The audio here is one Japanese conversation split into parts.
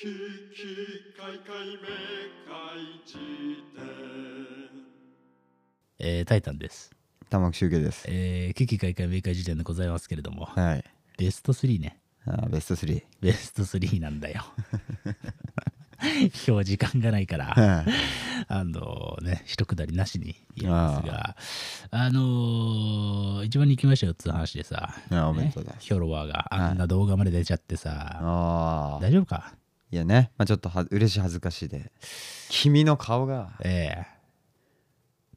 ききかいかいめかいじえータイタンです。玉木周家です。えー、危機開会明快時点でございますけれども、はい。ベスト3ね。あーベスト3。ベスト3なんだよ。今日時間がないから、はい。あのね、一くだりなしに言いますが、あのー一番に行きましたよっつう話でさ、あおめでとうございますヒョロワーがあんな動画まで出ちゃってさ、ああ。大丈夫かいやね、まあ、ちょっとは嬉しい恥ずかしいで。君の顔がええ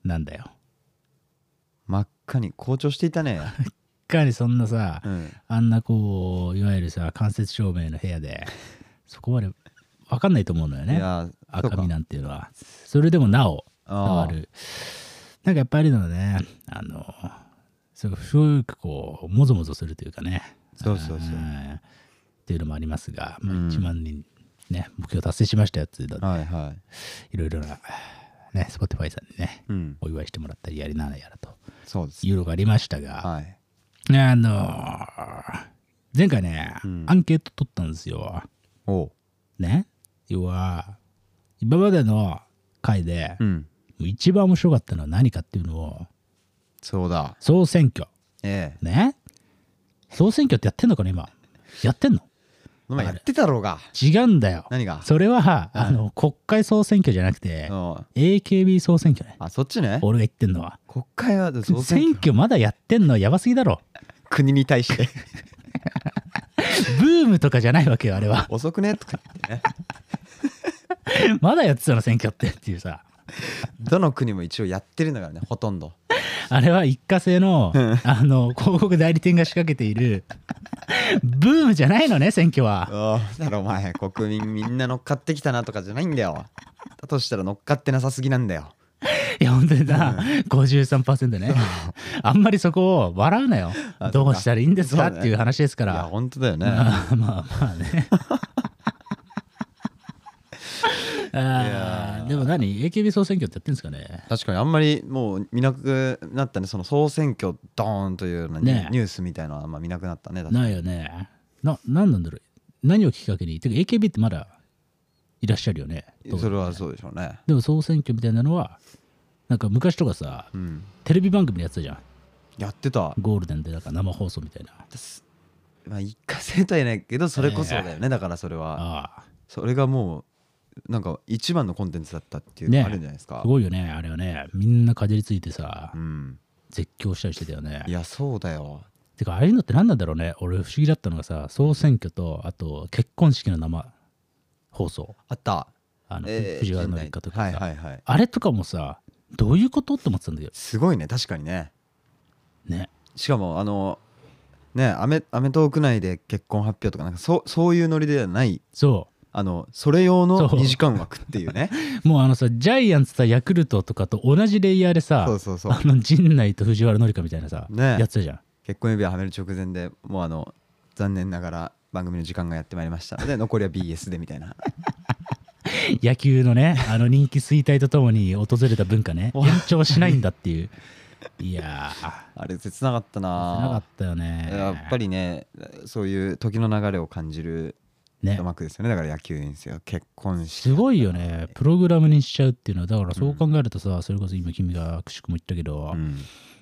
なんだよ。真っ赤に好調して いたね。いかにそんなさ、うん。あんなこういわゆるさ間接照明の部屋でそこまで分かんないと思うのよいねや、そう赤かみなんていうのはそれでもなお伝わあーるなんかやっぱりあるのはねあのすごい古くこうもぞもぞするというかねそうそうそうんっていうのもありますが、まあ、うん1万人ね目標達成しましたやつだはいはい。いろいろなね Spotify さんにねうん。お祝いしてもらったりやりながらやらとそうですい。うのがありましたが、はい。あのー前回ね、うんアンケート取ったんですよ。おう。ね。要は、今までの回で、うん。一番面白かったのは何かっていうのを、そうだ。総選挙。ええ。ね。総選挙ってやってんのかな、今。やってんのお前やってたろうが。違うんだよ。何がそれは、あの、国会総選挙じゃなくて、うん AKB 総選挙ね。あ、そっちね。俺が言ってんのは。国会は選総挙選挙まだやってんのやばすぎだろ。国に対して ブームとかじゃないわけよ、あれ は。遅くねとか言ってね。まだやってたの、選挙ってっていうさ。どの国も一応やってるんだからね、ほとんど。あれは一過性のあの広告代理店が仕掛けているブームじゃないのね選挙は。うんだからお前国民みんな乗っかってきたなとかじゃないんだよだとしたら乗っかってなさすぎなんだよいや本当にな、53%ね。あんまりそこを笑うなよ。どうしたらいいんですか、そうだねっていう話ですかいやら。本当だよね まあまあま あね。あーでも何 AKB 総選挙ってやってんですかね確かにあんまりもう見なくなったねその総選挙ドーンというようなニュねえニュースみたいなのはあんま見なくなったね確かにないよね。な何なんだろう何をきっかけにてか AKB ってまだいらっしゃるよね。どうそれはそうでしょうねでも総選挙みたいなのはなんか昔とかさ、うんテレビ番組でやってたじゃんやってた、ゴールデンでなんか生放送みたいなまあ、一過性とは言えないけどそれこそだよね、だからそれはあそれがもうなんか一番のコンテンツだったっていうねえのあるんじゃないですあか、すごいよねあれはねみんなかじりついてさ、うん絶叫したりしてたよねいやそうだよてかああいうのって何なんだろうね俺不思議だったのがさ総選挙とあと結婚式の生放送あったあの、えー藤原紀香とかさ、はいはいはいあれとかもさどういうことって思ってたんだけどすごいね確かにねねしかもあのねアメアメトーーク内で結婚発表とかなんかそうそういうノリではないそあのそれ用のそう2時間枠ってい うねうもうあのさジャイアンツとヤクルトとかと同じレイヤーでさそうそうそうあの陣内と藤原紀香みたいなさ、ねえやつじゃん結婚指輪はめる直前でもうあの残念ながら番組の時間がやってまいりました ので残りは BS でみたいな野球のねあの人気衰退とともに訪れた文化 ね延長しないんだっていういやーあれ切なかったなかっなたよねやっぱりねそういう時の流れを感じるね幕ですよねだから野球ですよ結婚式すごいよねプログラムにしちゃうっていうのはだからそう考えるとさ、それこそ今君がくしくも言ったけど、うん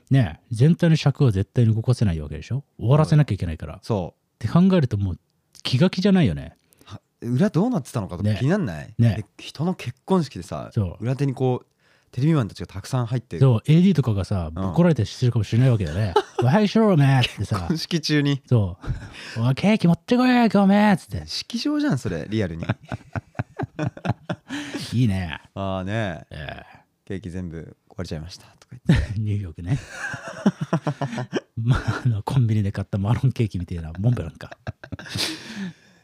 ね全体の尺は絶対に動かせないわけでしょ終わらせなきゃいけないから、っそて考えるともう気が気じゃないよねうは裏どうなってたのかとかね気になんない、ねで人の結婚式でさそう裏手にこうテレビマンたちがたくさん入ってそう AD とかがさうん怒られたりしてるかもしれないわけだよ ね「わいしろめ」ってさ婚 式中にそう「 おいケーキ持ってこいごめん」っつって式場じゃんそ れリアルに「いいね」ああねえーケーキ全部壊れちゃいましたとか言っ てニューヨークね。まあ、あのコンビニで買ったマロンケーキみたいなモンブランか。こ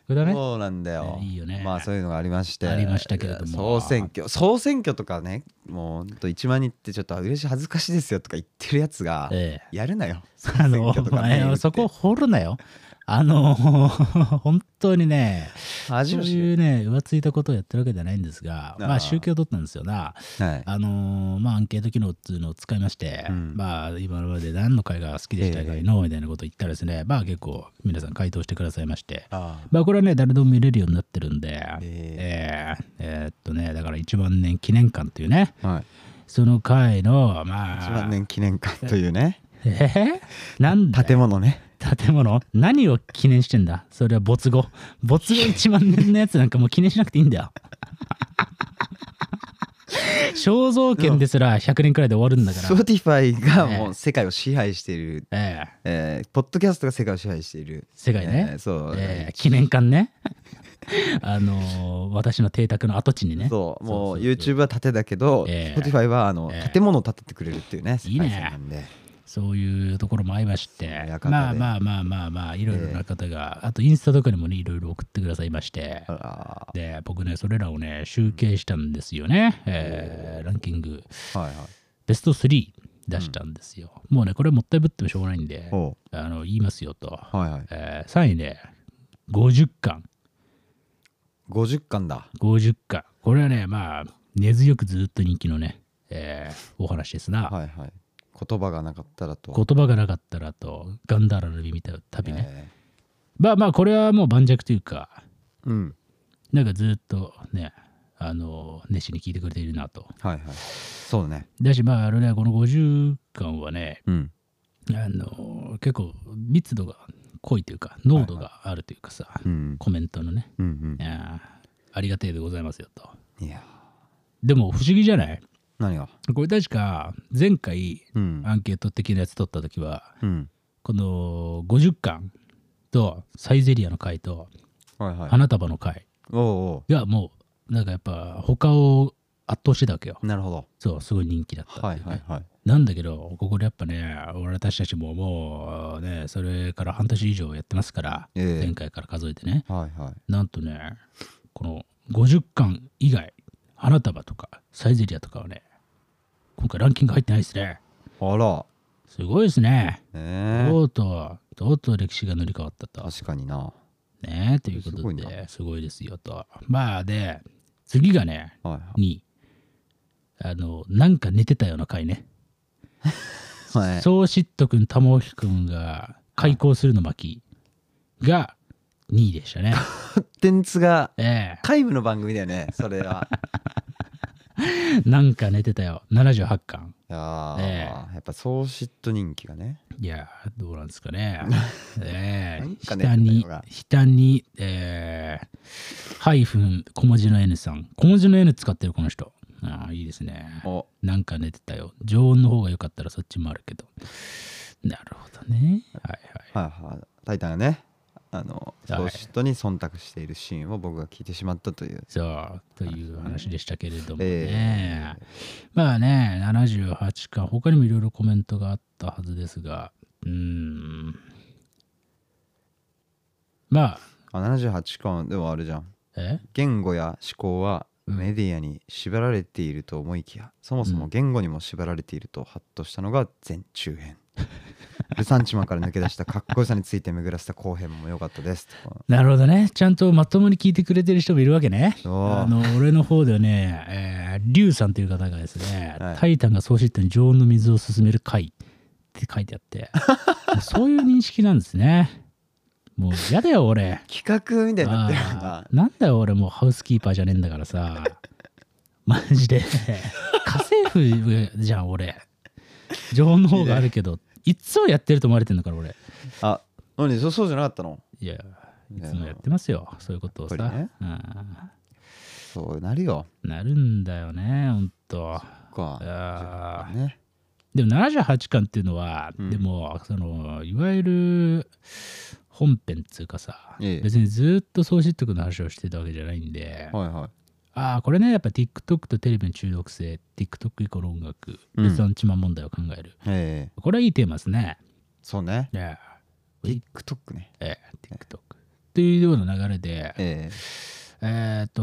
れだね。そうなんだよいいよねまあそういうのがありましてありましたけれども総選挙総選挙とかねもうほんと1万人ってちょっと嬉しい恥ずかしいですよとか言ってるやつがええやるなよあの、選挙おとかメールっ前、てそこ掘るなよ。あの、 本当にね、恥そをう知いるうね、浮ついたことをやってるわけじゃないんですが、まあーあ、宗教を取ったんですよな。はいあのーまあ、アンケート機能っていうのを使いまして、うんまあ、今まで何の会が好きでしたかええのみたいなことを言ったらですね、まあ、結構、皆さん回答してくださいまして、あまあ、これはね、誰でも見れるようになってるんで、ええーえーっとね、だから1万年記念館というね、ーはいその会の、まあ、 1万年記念館というねえーなんだよ建物ね建物何を記念してんだそれは没後没後1万年のやつなんかもう記念しなくていいん だよ肖像権ですら100年くらいで終わるんだから、 Spotify がもええう世界を支配している、えええーポッドキャストが世界を支配している世界ねえーそう、ええ記念館 ねあのー私の邸宅の跡地にねそうもうそうそうそう YouTube は縦だけど、ええ Spotify はあの、ええ建物を建ててくれるっていうねい世いね界線なんでそういうところもありまして親方でまあまあまあまあまあいろいろな方が、あとインスタとかにもねいろいろ送ってくださいましてあらで僕ねそれらをね集計したんですよね、ええランキングーはいはいベスト3出したんですよ。もうね、これもったいぶってもしょうがないんで、おうあの言いますよと。はいはいえー3位ね、50巻。 50巻だ50巻。これはね、まあ、根強くずっと人気のね、えーお話ですな。はいはい言葉がなかったらと言葉がなかったらと、ガンダーラの旅みたいな旅ね。えまあまあ、これはもう盤石というか、ーうんなんかずっとね、あの、熱心に聞いてくれているなと。はいはいそうねだし、まあ、あれね、この50巻はね、うんあの、結構密度が濃いというか、濃度があるというかさ、うんコメントのね、うんうんあーありがてえでございますよと。いやでも不思議じゃない何がこれ確か前回うんアンケート的なやつ取った時は、うんこの50巻とサイゼリアの回とはいはい花束の回おうおがもうなんかやっぱ他を圧倒してたわけよう。なるほどそう、すごい人気だったっていうはいねはいはいなんだけど、ここでやっぱね、俺たちたちももうね、それから半年以上やってますから、ええ前回から数えてね、はいはいなんとね、この50巻以外、花束とかサイゼリアとかはね、今回ランキング入ってないですね。あらすごいですね。えとうとう、とうとう歴史が塗り替わったと。確かになねえということすごいで、すごいですよと。まあで、次がね、はいはいに、あの、なんか寝てたような回ね。はいそうしっとくん、たもひくんが開校するの巻が2位でしたね。テンツがえ皆無の番組だよ ねそれはえなんか寝てたよ。78巻。いやー、えやっぱソーシット人気がねいやーどうなんですか ね。えなんー、下かねに答えが、下に、えー、ハイフン、小文字の N さん。小文字の N 使ってる、この人。ああ、いいですね。おなんか寝てたよ。常温の方が良かったらそっちもあるけど。なるほどね。はいはい。はいはいタイタンがねあのソはいーシットに忖度しているシーンを僕が聞いてしまったというそう、という話でしたけれどもえね。まあね、78巻、他にもいろいろコメントがあったはずですが、うーん。まあ、あ78巻でもあるじゃんえ言語や思考はうんメディアに縛られていると思いきや、そもそも言語にも縛られているとハッとしたのが前中 編ルサンチマンから抜け出したかっこよさについて巡らせた後編も良かったですとなるほどね。ちゃんとまともに聞いてくれてる人もいるわけね。そうあの俺の方ではね、えーリュウさんという方がですね、はいタイタンがそうして常温の水を勧める回って書いてあ って、もうそういう認識なんですね。もう嫌だよ、俺。企画みたい になってるよあなーなんだよ、俺もうハウスキーパーじゃねえんだから さ。マジで。家政婦じゃん、俺。常温の方があるけど、いつもやってると思われてんだから、俺。あ何そそうじゃなかったのいや、いねつもやってますよ、そういうことをさ。やっぱりねうそうなるよん、なるんだよね、ほんと。かあーねでも78巻っていうのは、うんでもそのいわゆる本編っつうかさ、ええ別にずっとソーシットクの話をしてたわけじゃないんで、はいはいああこれねやっぱ TikTok とテレビの中毒性 TikTok 以降の音楽うん別のチマン問題を考える、ええこれはいいテーマですねそうねね TikTok ねええ TikTok っていうような流れで、えええっ、と、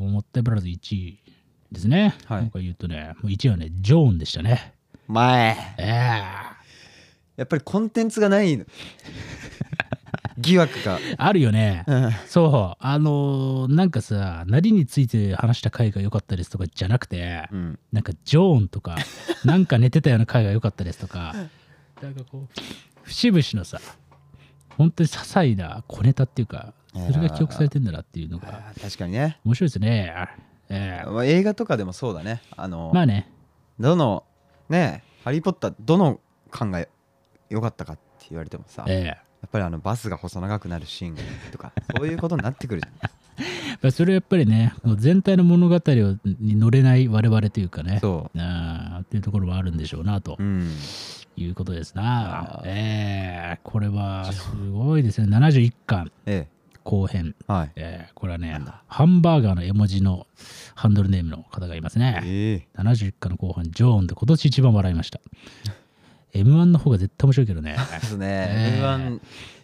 もったいぶらず1位ですね。はい今回言うとね、もう1位はね、ジョーンでしたね。前ええやっぱりコンテンツが ないの疑惑が、あるよね。うんそう。あのーなんかさ、何について話した回が良かったですとかじゃなくて、うん、なんかジョーンと か、なんか寝てたような回が良かったですとか、なんかこう、節々のさ、本当に些細な小ネタっていうか、それが記憶されてんだなっていうのが、あー確かにね、面白いですね。ええまあ、映画とかでもそうだねあの、まあね、どのねえハリー・ポッター」どの感が良かったかって言われてもさ、やえっぱりあのバスが細長くなるシーンとかそういうことになってくるじゃんえまあそれはやっぱりね、こう全体の物語をに乗れない我々というかね、そあーっていうところもあるんでしょうなと ううんいうことですなあ。ーええこれはすごいですね、71巻え後編。えはいえーこれはねなんだ、ハンバーガーの絵文字のハンドルネームの方がいますね。ええ71巻の後半、ジョーンで今年一番笑いました。M1 の方が絶対面白いけどね。ですええね M1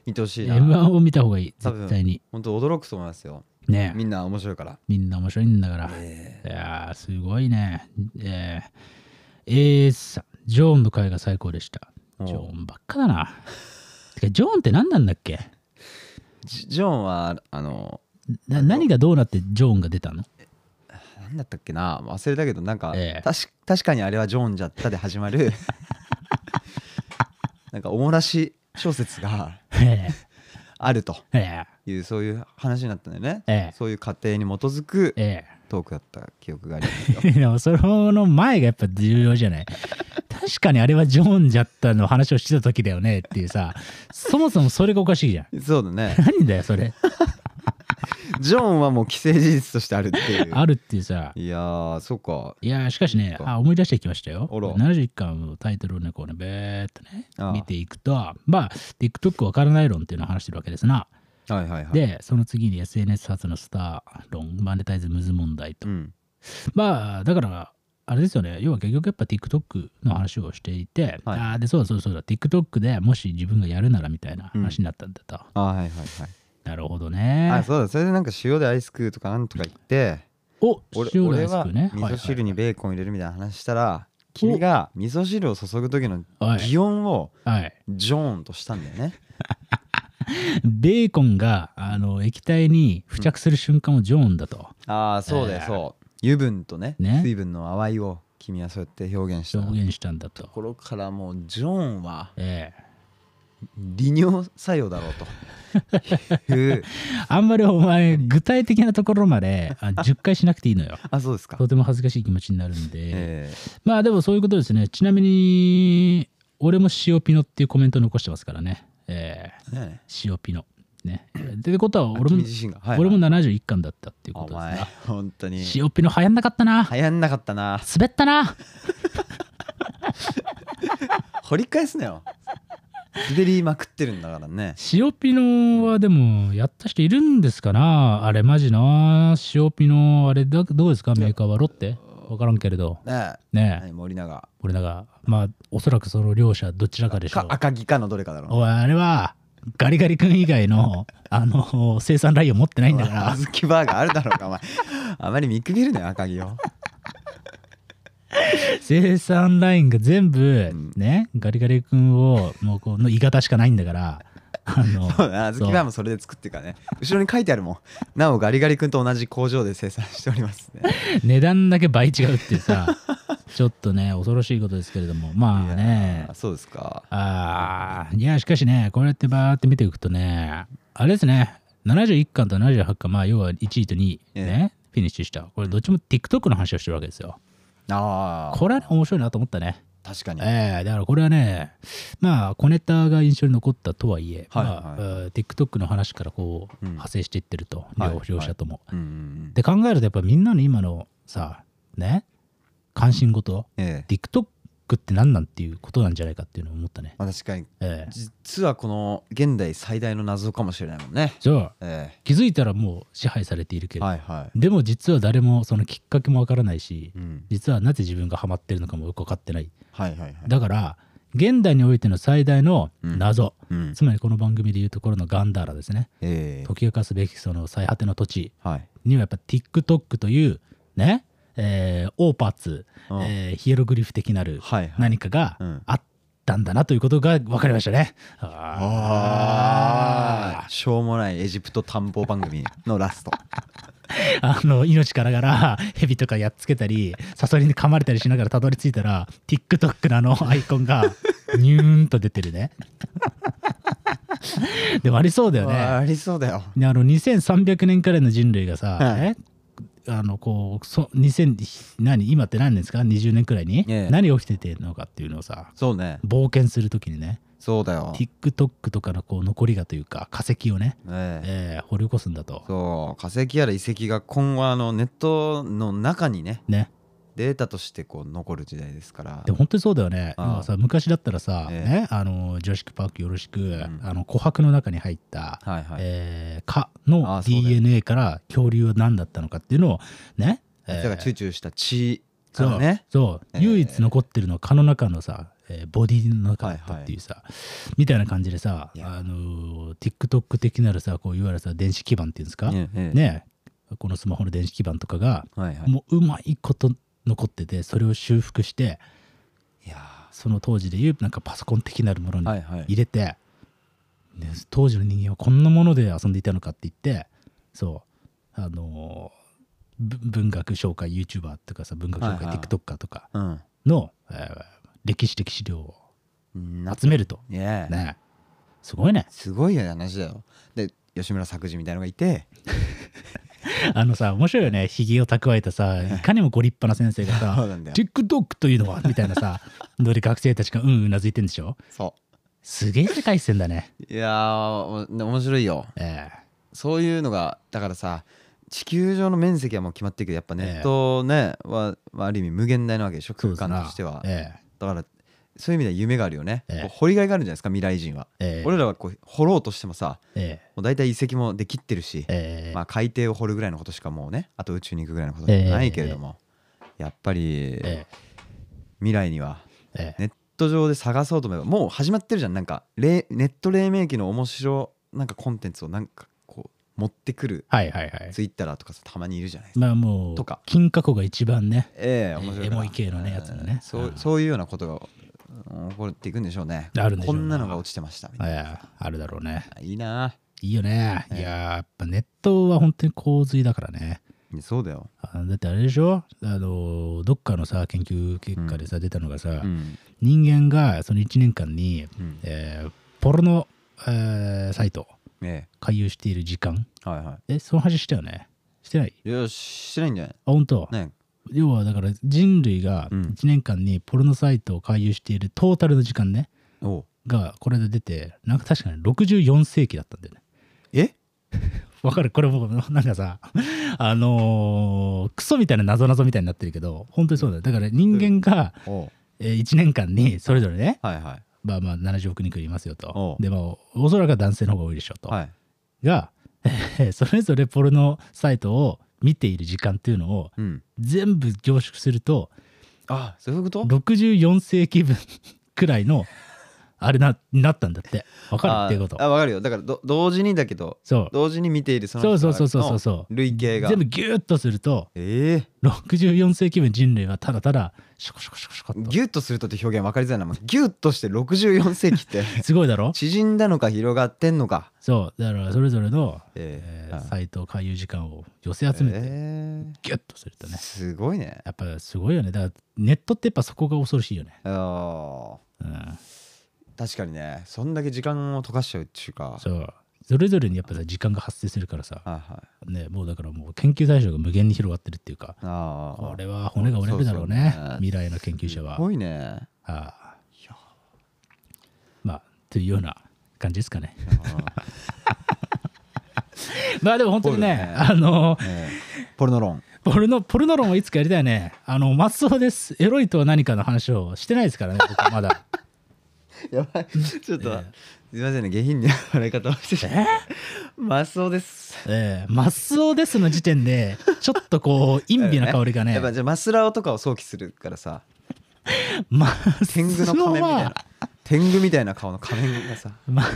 見てほ しいな M1 を見た方がいい、多分絶対に。本当驚くと思いますよねみんな面白いからみんな面白いんだから。えいやー、すごいね。えー、A さん、ジョーンの回が最高でした。おうジョーンばっかだな。てか、ジョーンって何なんだっけえジジョンはあのな何がどうなってジョーンが出たの何だったっけな忘れたけどなんか、ええたし確かにあれはジョンじゃったで始 まるなんかおもらし小説がえあるとーえいうそういう話になったんだよね、ええそういう過程に基づくーえートークだった記憶がありますよでもその前がやっぱ重要じゃない確かにあれはジョン・ジャッタの話をしてた時だよねっていうさそもそもそれがおかしいじゃんそうだね何だよそれジョンはもう既成事実としてあるっていうあるっていうさいやーそうかいやーしかしねあ思い出してきましたよあら71巻のタイトルをねこうねべーっとねああ見ていくとまあ TikTok わからない論っていうのを話してるわけですなはいはいはいでその次に SNS 発のスター論マネタイズムズ問題とうんまあだからあれですよね要は結局やっぱ TikTok の話をしていて、はいああでそうだそうだそうだ TikTok でもし自分がやるならみたいな話になったんだと、あはいはいなるほどはいあねそうだそれでなんか塩でアイス食うとかなんとか言ってお俺塩大俺好はき味ね噌汁にベーコン入れるみたいな話したらお君が味噌汁を注ぐ時のはいはい擬音をはいはいジョーンとしたんだよ ねベーコンがあの液体に付着する瞬間をジョーンだと、ああそうだよええそう油分とねね水分の淡いを君はそうやって表現したと表現したんだところからもうジョーンはええ利尿作用だろ うというあんまりお前具体的なところまで あ10回しなくていいのよあそうですかとても恥ずかしい気持ちになるんで、えまあでもそういうことですね。ちなみに、俺も塩ピノっていうコメント残してますからね。ええだよねー、塩ピノ。ね。ってことは俺君も、自身が、はい俺も71巻だったっていうこおとです前ね。本当に塩ピノ流行んなかったな。流行んなかったな滑ったな。掘り返すなよ滑りまくってるんだからね塩ピノはでも、やった人いるんですかなあれマジな。塩ピノ、あれだどうですかメーカーはロッテわからんけれど。ねえ、はねえ、い、森永俺なんか、まあ、おそらくその両者どちらかでしょかう。赤木かのどれかだろうおいあれはガリガリ君以外のあの生産ラインを持ってないんだかあらずきバーガーあるだろうかお前あまり見くびるなよ赤木を生産ラインが全部んね、ガリガリ君をもうこの鋳型しかないんだからあのそうだなあずきバーもそれで作ってるからね後ろに書いてあるもんなおガリガリ君と同じ工場で生産しております ね値段だけ倍違うっていうさ ちょっとね恐ろしいことですけれどもまあねあそうですかあーいやしかしねこうやってバーって見ていくとねあれですね71巻と78巻まあ要は1位と2位ね、フィニッシュしたこれどっちも TikTok の話をしてるわけですよああこれはね面白いなと思ったね確かにええだからこれはねまあ小ネタが印象に残ったとはいえ、はいまあはいえー TikTok の話からこううん派生していってると、はい両両者とも。うんうんうんで考えるとやっぱみんなの今のさね関心事ええ TikTok って何なんっていうことなんじゃないかっていうのを思ったね。まあ、確かにええ実はこの現代最大の謎かもしれないもんねじゃあえ気づいたらもう支配されているけえど、はいはでも実は誰もそのきっかけもわからないしい、うん、実はなぜ自分がハマってるのかもよく分かってない。はいはいはいだから現代においての最大の謎、うんつまりこの番組でいうところのガンダーラですねええ解き明かすべきその最果ての土地はいにはやっぱ TikTok というねえーオーパーツ、うんえーヒエログリフ的なるはいはい何かがうんあったんだなということが分かりましたね。ああーしょうもないエジプト探訪番組のラストーあの命からがら蛇とかやっつけたりサソリに噛まれたりしながらたどり着いたら TikTok のあのアイコンがニューンと出てる ね。でもありそう だよね。ありそうだよであの2300年くらいの人類がさ、はいえあのこうそ2000何今って何年ですか20年くらいに、ええ何が起きててのかっていうのをさそうね冒険するときにねそうだよ、 TikTok とかのこう残りがというか化石をね、えええー掘り起こすんだとそう化石やら遺跡が今後あのネットの中にねねデータとしてこう残る時代ですからでも本当にそうだよねああなんかさ昔だったらさ、ええね、あのジョシック・パークよろしく、んあの琥珀の中に入ったはいはい、えー蚊あのあそうだよ DNA から恐竜は何だったのかっていうのをね、えーだからチューチューした血かそうらねそう、えー唯一残ってるのは蚊の中のさ、えーボディの中だったっていうさ、みたいな感じでさ、いやあのー TikTok 的なるさこういわゆるさ電子基板っていうんですか、ええええねこのスマホの電子基板とかが、はいはいもううまいこと残っててそれを修復していやその当時でいうなんかパソコン的なるものにーはいはい入れて、で当時の人間はこんなもので遊んでいたのかって言ってそうあのーぶ文学紹介 YouTuber とかさ文学紹はい介はい TikToker とか、うんの、えー歴史的資料を夏集めると、ねえね、すごいねすごい話だよで吉村作治みたいのがいてあのさ面白いよねひげを蓄えたさいかにもご立派な先生がそうさなんだよ TikTok というのはみたいな さので学生たちがうんうなずいてんでしょそすげえ世界線だねういやーお面白いよえそういうのがだからさ地球上の面積はもう決まってるけどやっぱネットね、ははある意味無限大なわけでしょえそうで空す間なとしては、えだからそういう意味では夢があるよね、ええこう掘りがいがあるんじゃないですか未来人は、えええ俺らはこう掘ろうとしてもさえもう大体遺跡もできってるし、ええまあ、海底を掘るぐらいのことしかもうねあと宇宙に行くぐらいのことしかないけれども、やっぱりえ未来にはええネット上で探そうと思えばもう始まってるじゃんなんかれネット黎明期の面白なんかコンテンツをなんかこう持ってくるはいはいはいツイッターとかさたまにいるじゃないですか、まあもうとか金貨庫が一番ねえええ面白いエからモい系のねやつのねええそあうーそういうようなことがうん起こっていくんでしょうねあるんでしょうこなんなのが落ちてましたみたいな、ええあるだろうねいいないいよね、ええいやーやっぱネットは本当に洪水だからねそうだよ、あだってあれでしょあのどっかのさ研究結果でさ、出たのがさ、うん人間がその1年間に、うんえーポロの、えーサイトえ回遊している時間えはいはえその話したよねしてないいよししてないんじゃないあ本当、ね要はだから人類がうん1年間にポルノサイトを回遊しているトータルの時間ねおうがこれで出てなんか確かに64世紀だったんだよねえわかるこれもうなんかさあのークソみたいな謎謎みたいになってるけど本当にそうだよだから人間が、おうえ1年間にそれぞれね、はいはいまあ、まあ70億人くらいいますよとおうでもおそらくは男性の方が多いでしょうと、はいが、えーそれぞれポルノサイトを見ている時間っていうのをうん全部凝縮するとあそういうこと64世紀分くらいのあれななったんだってわかるっていうことああわかるよだからど同時にだけどそう同時に見ているそのそう人そのうそうそうそうそう累計が全部ギュッとするとええ64世紀分人類はただただショコショコショコショコっギュッとするとって表現分かりづらいなもうギュッとして64世紀って とすごいだろ縮んだのか広がってんのかそうだからそれぞれの、えええーあサイト回遊時間を寄せ集めてえギュッとするとえねすごいねやっぱすごいよねだからネットってやっぱそこが恐ろしいよね、あうん、ー確かにねそんだけ時間を溶かしちゃうっていうかそうそれぞれにやっぱさ時間が発生するからさ、はいはいね、もうだからもう研究対象が無限に広がってるっていうかあこれは骨が折れるだろうねそうそうね未来の研究者ーはすごいねああまあというような感じですかね まあでも本当にねそうだねあのええポルノロンポルノポルノ論はいつかやりたいねあの松尾ですエロいとは何かの話をしてないですからね僕はま だ やばいちょっと、すいませんね下品な笑い方をして しまうマスオですええ松尾ですの時点でちょっとこう陰微な香りがねやっぱじゃあマスラオとかを想起するからさ松天狗の仮面尾みたいなは天狗みたいな顔の仮面がさ松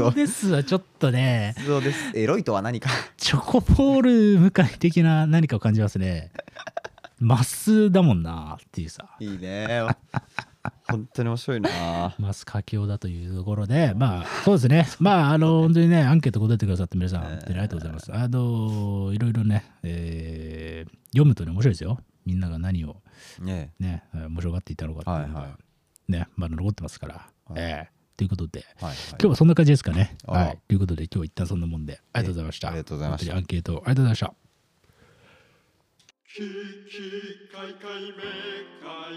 尾ですはちょっとねそうですエロいとは何かチョコポール向かい的な何かを感じますねマスだもんなっていうさいいね本当に面白いなマス佳境だというところでまあそうです ねまああの本当にねアンケート答えてくださって皆さん本当にありがとうございますあのいろいろね、えー読むとね面白いですよみんなが何をねね面白がっていたのかっていうのが、はいはねまだ残ってますから、はいえーということでえはい、はい、今日はそんな感じですかね。あらはい。ということで、今日一旦そんなもんで、ありがとうございました。えありがとうございました本当にアンケート、ありがとうございました。ききかいかいめかい